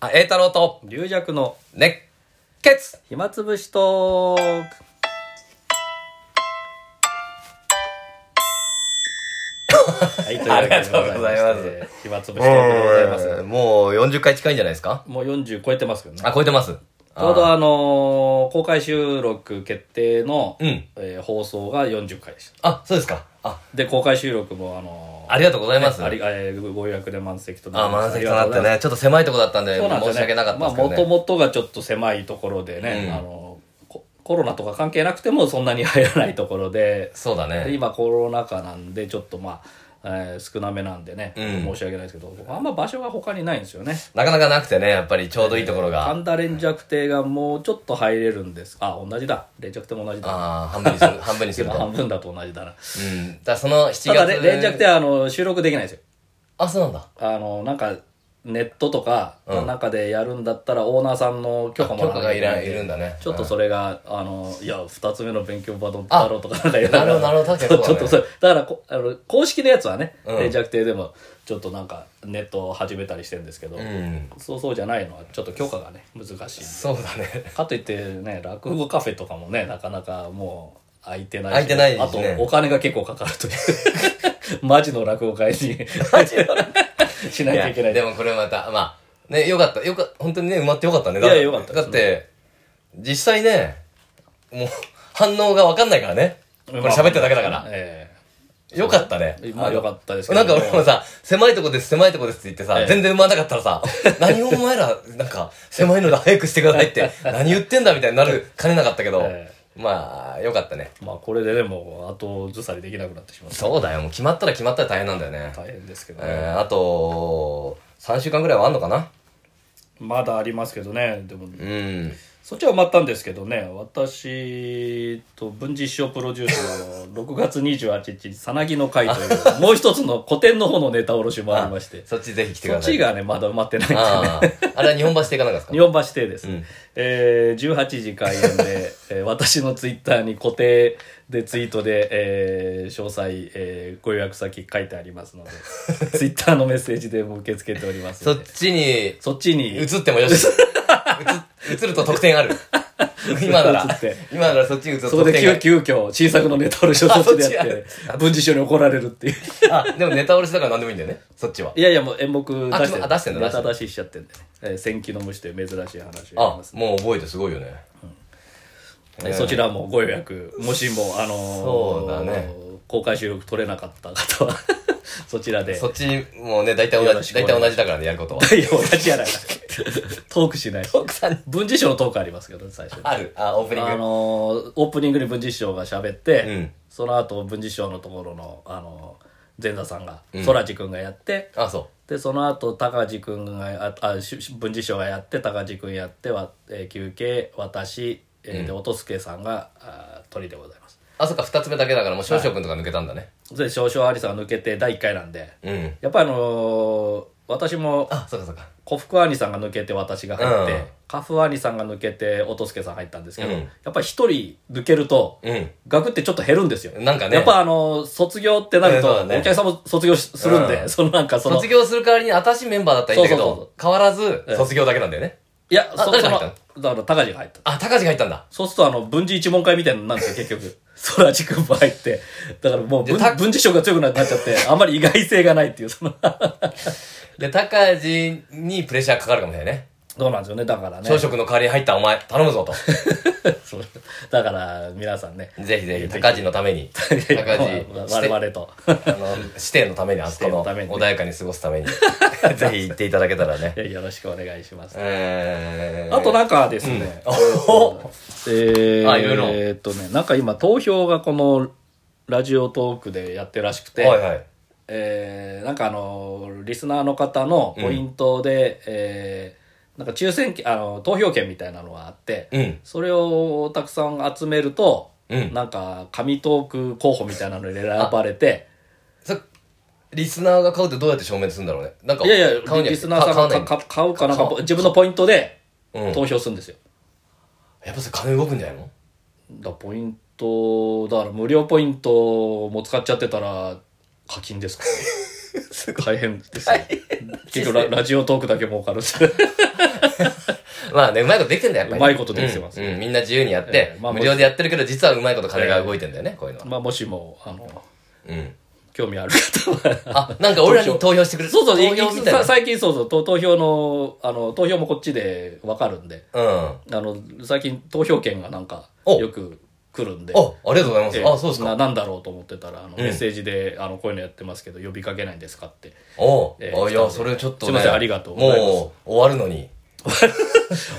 あ、栄太郎と、龍弱の熱血暇つぶしトークはい、というわけでありがとうございますす。暇つぶしトークでございます。えーもう40回近いんじゃないですかもう40超えてますけどね。あ、超えてます。ちょうどああのー公開収録決定の、うんえー放送が40回でした。ー、あそうですか。あ、で、公開収録もあのーありがとうございます。ありえーご予約で満席となあ、りまし満た席となって。ね、ちょっと狭いとこだったんで、そうなんですよ申ね。し訳なかったでまあ、すけどもとね。もとがちょっと狭いところでね、うんあの、ココロナとか関係なくてもそんなに入らないところで、そうだね。今コロナ禍なんで、ちょっとまあ、えー少なめなんでね、うん申し訳ないですけど、あんま場所が他にないんですよね。なかなかなくてね、やっぱりちょうどいいところが。神田連弱亭がもうちょっと入れるんです。あ、同じだ。連弱亭も同じだ。ああ、半分にす る、半分にする今と。半分だと同じだな。うん。だからその7月。ただ、れ連弱亭はあの収録できないんですよ。あ、そうなんだ。あの、なんか、ネットとかうのん中でやるんだったら、オーナーさんの許可も許ら可ながきいゃけならいるんだね。ちょっとうんそれが、あの、いや、二つ目の勉強場どだろうとかなんか言なるほどなるほどち確かょに ちそょうっだねとそれ、だからこ、あの、公式のやつはね、うん定着亭でも、ちょっとなんか、ネットを始めたりしてるんですけど、うん。そうそうじゃないのは、ちょっと許可がね、難しい。そうだ ね。かといってね、落語カフェとかもね、なかなかもう、空いてないし空いてないしねあと、お金が結構かかるという。 マジの落語会に、 マジの落語しないきやゃいけない。でもこれまた、まあ、ね、よかった。よか本当にね、埋まってよかったね。いやだよかったですだって、実際ね、もう、反応がわかんないからね。これ喋ってるだけだから。えよかったねえ。まあよかったですけなどんか俺もさ、狭いとこです、狭いとこですって言ってさ、ええ全然埋まんなかったら さ、何をお前ら、なんか、狭いので早くしてくださいっ て、何言ってんだみたいになる、かねなかったけどえ、まあ、よかったね。まあこれででも、後ずさりできなくなってしまった。そうだよ、もう決まったら決まったら大変なんだよね。大変ですけどね。えー、あと、3週間ぐらいはあんのかなまだありますけどね、でも、うん。そっちは埋まったんですけどね、私と文治師匠プロデュースの6月28日に、さなぎの会という、もう一つの古典の方のネタ卸しもありまして、そっちぜ ひ来てくそだっさい。ちがね、まだ埋まってないんでああ。あれは日本橋で行かなかった日ですか本橋亭です、うんえー18時開演で、えー私のツイッターに固定でツイートで、えー詳細、えーご予約先書いてありますの でツイッターのメッセージでも受け付けておりますそのっでちにそっちに移ってもよ し。移移ると得点ある。今なら移って、今ならそっちに移るとそこ得で点があ急る。急遽新作のネタ卸しをそっちでやあっそって文治師匠に怒られるっていうあ、でもネタおろしだから何でもいいんだよね。そっちは。いやいやもう演目出してあ出してんだネタ出ししちゃってんでねえー「戦記の虫」という珍しい話をやりあま、すもう覚えてすごいよね。えーそちらもご予約もしもあのーそうだね公開収録取れなかった方は そちらでそっちもね、大体よ同ろじ、しくお願大体同いしますじだからね、やることは。いや同じやないかトークしない奥さん、文治師匠のトークありますけどね最初にあある。あ、オープニング。のーオープニングに文治師匠が喋って、うんその後文治師匠のところの、あのー前座さんが空地君がやって、あ、そでその後高地君がああし文治師匠がやって高地君やってわ、えー休憩私、えーで音助さんがあー鳥でございますう。あ、そっか、二つ目だけだから、もう少々くんとか抜けたんだね。で少々ありさんが抜けて第1回なんでうん。やっぱりあのー私もあ、そっかそっか。小福兄さんが抜けて私が入って、うん家父兄さんが抜けて音助さん入ったんですけど、うんやっぱり一人抜けると、うん。額ってちょっと減るんですよ。なんかねやっぱあのー卒業ってなるうんそと、うだねお客さんも卒業しするんで、 うんそのなんかその、卒業する代わりに、私メンバーだったらいいんだけそうそうそうど、変わらず、卒業だけなんだよね。いや、あそ誰そがの、入だっから高地が入った。あ、高橋が入ったんだ。そうするとあの、文治一問会みたいになる んですよ、結局。空地君も入って。だからもう文でた文治賞が強くなっちゃって、あんまり意外性がないっていう、その、 で、高地にプレッシャーかかるかもしれないね。どうなんですよね、だからね。朝食の代わりに入ったお前、頼む ぞと。 そうだから、皆さんね。ぜひぜひ、高地のために。高地、 我々と。あの、指定のために、あそこの、指定のために穏やかに過ごすた めに。ぜひ行っていただけたらね。よろしくお願いしま す。えー、あと、なんかですね、 えー、あいろいろえーっとね、なんか今投票がこのラジオトークでやってるらしくて、はいはい。えーなんかあの、リスナーの方のポイントで、えーなんか抽選券あの、投票券みたいなのがあって、うん。それをたくさん集めると、うんなんか紙トーク候補みたいなのに選ばれて、そリスナーが買うってどうやって証明するんだろうね。なんか、いやい買うにはや、リスナーさんが買わないかか買うかなんか買、う自分のポイントでうん投票するんですよ。やっぱそれ金動くんじゃないのだからポイント、だから無料ポイントも使っちゃってたら課 金です から。大変ですよ。結局ララジオトークだけ儲かるんですよまあね、うまいことできてんだよ、やっぱり。うまいことできてますうん。うんみんな自由にやって、ええまあ無料でやってるけど、実はうまいこと金が動いてんだよね、こういうのは。まあもしも、あの、うん。興味ある 方は。あ、なんか俺らに投票してくれる。そうそう、い投票みたいなさ。最近そうそう、と投票の、あの、投票もこっちでわかるんで、うん。あの、最近投票券がなんか、およく来るんで。あ、ありがとうございます。ええあ、そうですなか。なんだろうと思ってたら、あの、うんメッセージで、あの、こういうのやってますけど、呼びかけないんですかって。おええあ、いや、それちょっとね。すいませんありがとうございますもう、終わるのに。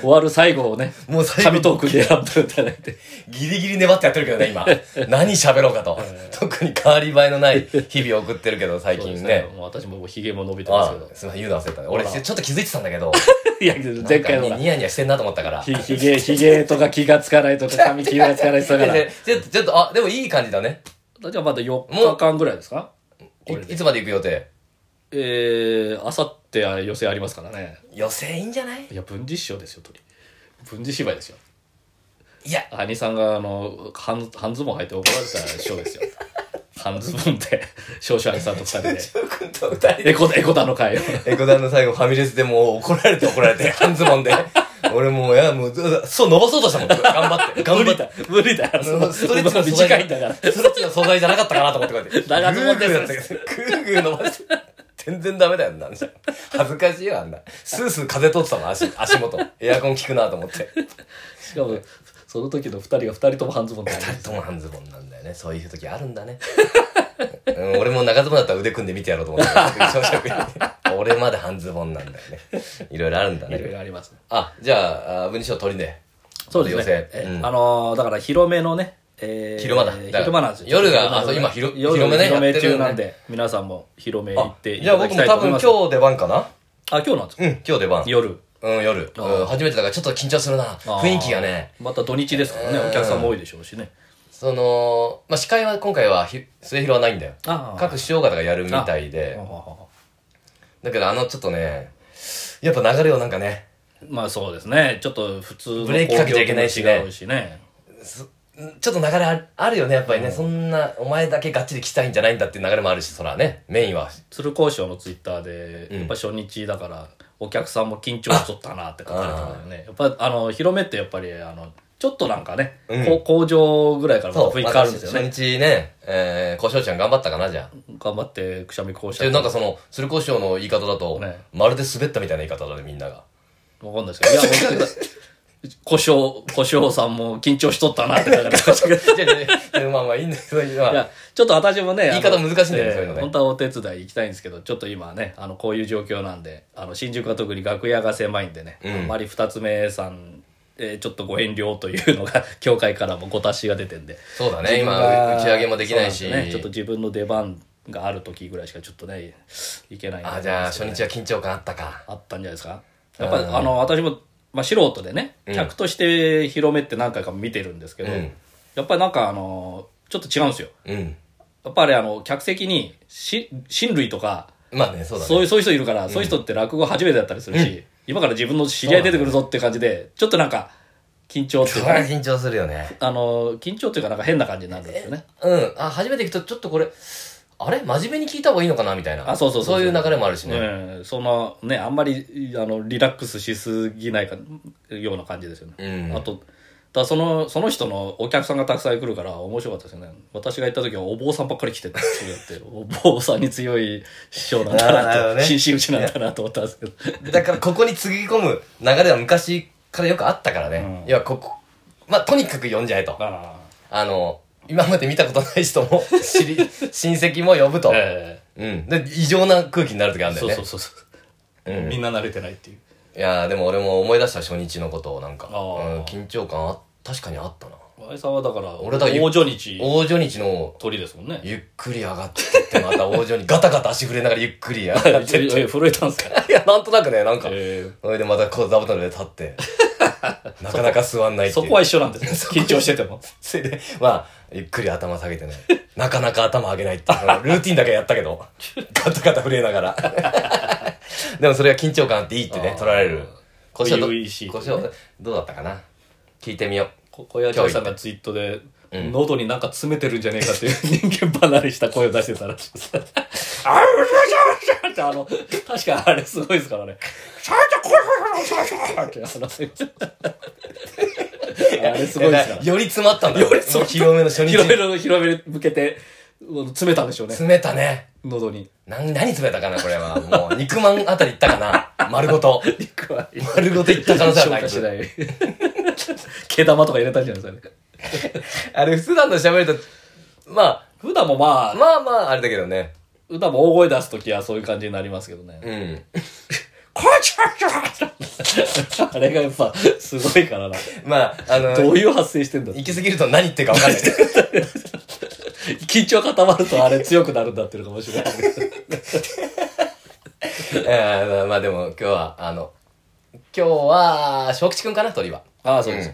終わる最後をね、もう最後紙トークで選んでいただいて。ギリギリ粘ってやってるけどね、今。何喋ろうかと。特に変わり映えのない日々を送ってるけど、最そうで近すね。。もう私もひげも伸びてますあけど、。すみません、言うの忘れたね。俺、ほらちょっと気づいてたんだけど、 いや、前回のなんかほニらヤニヤしてんなと思ったから。ひ、ひげ、ひげとか気がつかな いとか、髪気がつかないとかだかでちょっと、ちょっと、あ、でもいい感じだね。 ら。じゃあまだ4日間ぐらいですかいこれでいつまで行く予定えー、あさっては予選ありますからね。予選いいんじゃないいや、文治師匠ですよ、鳥。文治芝居ですよ。いや、兄さんが、あの、半半ズボン履いて怒られた師匠ですよ。半ズボンで、少々兄さんと二人で。翔くんと二人で。エコ、エコだの 会を。エコダンの最後、ファミレスでもう怒られて怒ら れて、半ズボンで。俺もう、いや、もう、そう伸ばそうとしたもん。頑張って。頑無張っ理てだ。、無理だ。あのストレッチの素材短いんだから。ストレッチの素材じゃなかったかなと思ってこうやって。長友ですグーグーやってグーグー伸ばして。全然ダメだよ、なんじゃ。恥ずかしいよ、あんな。スースー風通ってたもん、足、足元。エアコン効くなと思って。しかも、その時の二人が二人とも半ズボンで。二人とも半ズボンなんだよね。そういう時あるんだね。うん、俺も長ズボンだったら腕組んで見てやろうと思って。 朝食行って俺まで半ズボンなんだよね。いろいろあるんだいろいね。ろありますね。あ、じゃああ、文章取りで。そうですね寄。せえうんあのーだから広めのね、えー昼間だだから昼間なんですよ。夜が昼間あそう今広夜広めね広めやってるよ中ねなんで、皆さんも広め行あっ、ていじゃあただ僕もきたい多と思分今います。日出番かなあ、今日なんですかうん、今日出番。夜。うん、夜。うん、初めてだからちょっと緊張するな。あー 雰囲気がね。。また土日ですからね、お客さんも多いでしょうしね。その、まあ、司会は今回はひ末広はないんだよ。あー各師匠方がやるみたいで。だけどあのちょっとね、やっぱ流れをなんかね、まあそうですね。ちょっと普通のブレーキかけちゃいけないしね興行と違うしね。んちょっと流れああるよね、やっぱりね。そんな、お前だけガッチリ来たいんじゃないんだっていう流れもあるし、そらね、メインは。鶴光賞のツイッターで、やっぱ初日だからお客さんも緊張しとったなって書かれてたんだよねやっぱあの広めってやっぱりあのちょっとなんかね、うんこう工場ぐらいからまたそう、雰囲気変わるんですよね初日ね、えー、小翔ちゃん頑張ったかな、じゃあ。頑張ってくしゃみこうしで、てなんかその、鶴子師匠の言い方だと、ねまるで滑ったみたいな言い方だね、みんな が。わかんないですけどいや本当に故障故障さんも緊張しとったなって書かれてましたけどじゃあ、じゃあまあまあいいんだけど、今いやちょっと私もねあの言い方難しいんだよねえーそういうのね本当はお手伝い行きたいんですけどちょっと今ねあのこういう状況なんであの新宿は特に楽屋が狭いんでね、うんあんまり二つ目さん、えーちょっとご遠慮というのが 協会からもご達しが出てんでそうだね、自分今、が打ち上げもできないし。そうなんですね、ちょっと自分の出番がある時ぐらいしかちょっとねいけないんであ、じゃあ、初日は緊張感あったか。あったんじゃないですかやっぱりあの私も、まあ、素人でねうん客として広めって何回か見てるんですけど、うんやっぱりなんかあのちょっと違うんですようん。やっぱりあの客席にし親類とかまあね、そうだね。そういうそういう人いるから、そういう人って落語初めてだったりするし、今から自分の知り合い出てくるぞって感じでちょっとなんか緊張っていうそかりゃね緊張するよね。あの緊張というかなんか変な感じになるんですよねうん。あ、初めて聞くと、ちょっとこれ、あれ真面目に聞いた方がいいのかなみたいな。あそうそうそうそういう流れもあるしね。うん、そのねあんまりあのリラックスしすぎないかような感じですよね、うんあとだからそのその人のお客さんがたくさん来るから面白かったですよね私が行った時はお坊さんばっかり来てたって言ってお坊さんに強い師匠なん あーなるほだどなねと紳士打ちなんだなと思ったんですけどだから、ここにつぎ込む流れは昔からよくあったからね。いや、ここ、まあ、とにかく呼んじゃえと。ああの、今まで見たことない人も、知 り、親戚も呼ぶと。えうん。で、異常な空気になる時あえるんだそようね。そうそうそう、みんな慣れてないっていういやーでも俺も思い出した初日のことをなんか、うあーん、緊張感あ確かにあったなあいさんはだから俺だからゆ大女日大女日の鳥ですもんねゆっくり上がってってまた大女に ガタガタ足震えながらゆっくり上がってって ええ震えたんです か、いやなんとなくねなんか、えそれでまたこう座布団で立って なかなか座んないえってい そうこは一緒なんですね緊張してても それでまあゆっくり頭下げてね なかなか頭上げないっていうルーティンだけやったけ どガタガタ震えながら でもそれが緊張感あっていいってね取られる胡椒ど初々しい胡椒どうだったかな聞いてみ ようこ小屋長さんがツイートで、喉 になんか詰めてるんじゃねえかっていう人間離れした声を出してたらしいです。シャーってあの、確かにあれすごいですから ね。シャーシャー、シャーシャー、シャーってあの、あれすごいですから。より詰まったんだよ。より詰まった広めの初日。広めの、広めに向けて、詰めたんでしょうね。詰めたね。喉に。なん、何詰めたかな、これは。もう、肉まんあたりいったか な。丸ごと。肉は丸ごといった可能性あるな消化しない。毛玉とか入れたんじゃないですかね。あれ、普段の喋ると、ま普段もまあ、あ、まあまあ、あれだけどね。普段も大声出すときはそういう感じになりますけどね。うん。こちゃちゃあれがやっぱ、すごいからな。まあ、あの、どういう発声してんだ行き過ぎると何言ってるか分かんない。緊張固まるとあれ強くなるんだっていうのかもしれない。 えーまあでも今日は、あの、今日は、小吉くんかな、鳥は。ああ、そうです。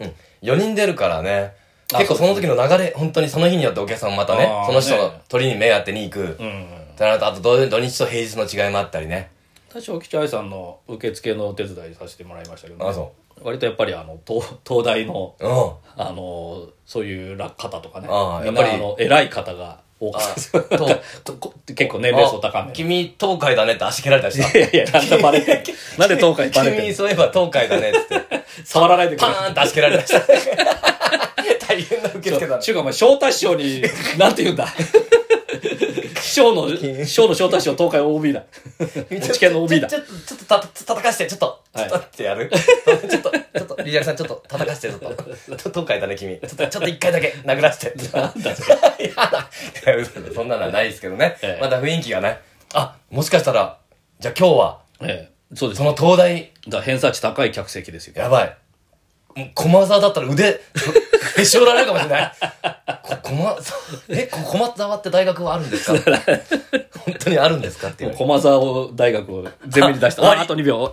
うん。4人出るからね。あ結構その時の流れ、本当にその日によってお客さんもまたねあ、ーその人のね鳥に目当てに行く。うん。となると、あと土土日と平日の違いもあったりね。私、沖茶愛さんの受付のお手伝いさせてもらいましたけど、あそ割とやっぱり、あの、東東大の、うん。あの、そういう方とかね。ああみんなやっぱりあの、偉い方が多かったですよあと とこ結構年齢層高あめ。君、東海だねって足蹴られたりしいやいや、 なんでバレ てんのなんで東海バた。レてん君、のそういえば東海だねってって、触らないでくパださいーンって足蹴られま した。大変な受付だね。中華お前、翔太師匠 に、なんて言うんだ。師匠の、師匠の翔太師匠、東海 OB だ。知見の OB だち。ょっと、ちょっと、た叩かして、ちょっと、ちはょいっとってやる。ちょっと、ちょっと、リリアルさん、ちょっと叩かして、ちょっと。と東海だね、君。ちょっと、ちょっと一回だけ殴らせて。なんだそれ。やだ。いや嘘だそんなのはないですけどねえ。えまた雰囲気がね。あ、もしかしたら、じゃあ今日は、ええ、そうですそ。の東大、だから偏差値高い客席ですよ。やばい。もう駒沢だったら腕、へし折られるかもしれない。こ駒沢、え、こ駒沢って大学はあるんですか本当にあるんですかっていもうう。駒沢大学を全面に出した。あ終わりああと2秒。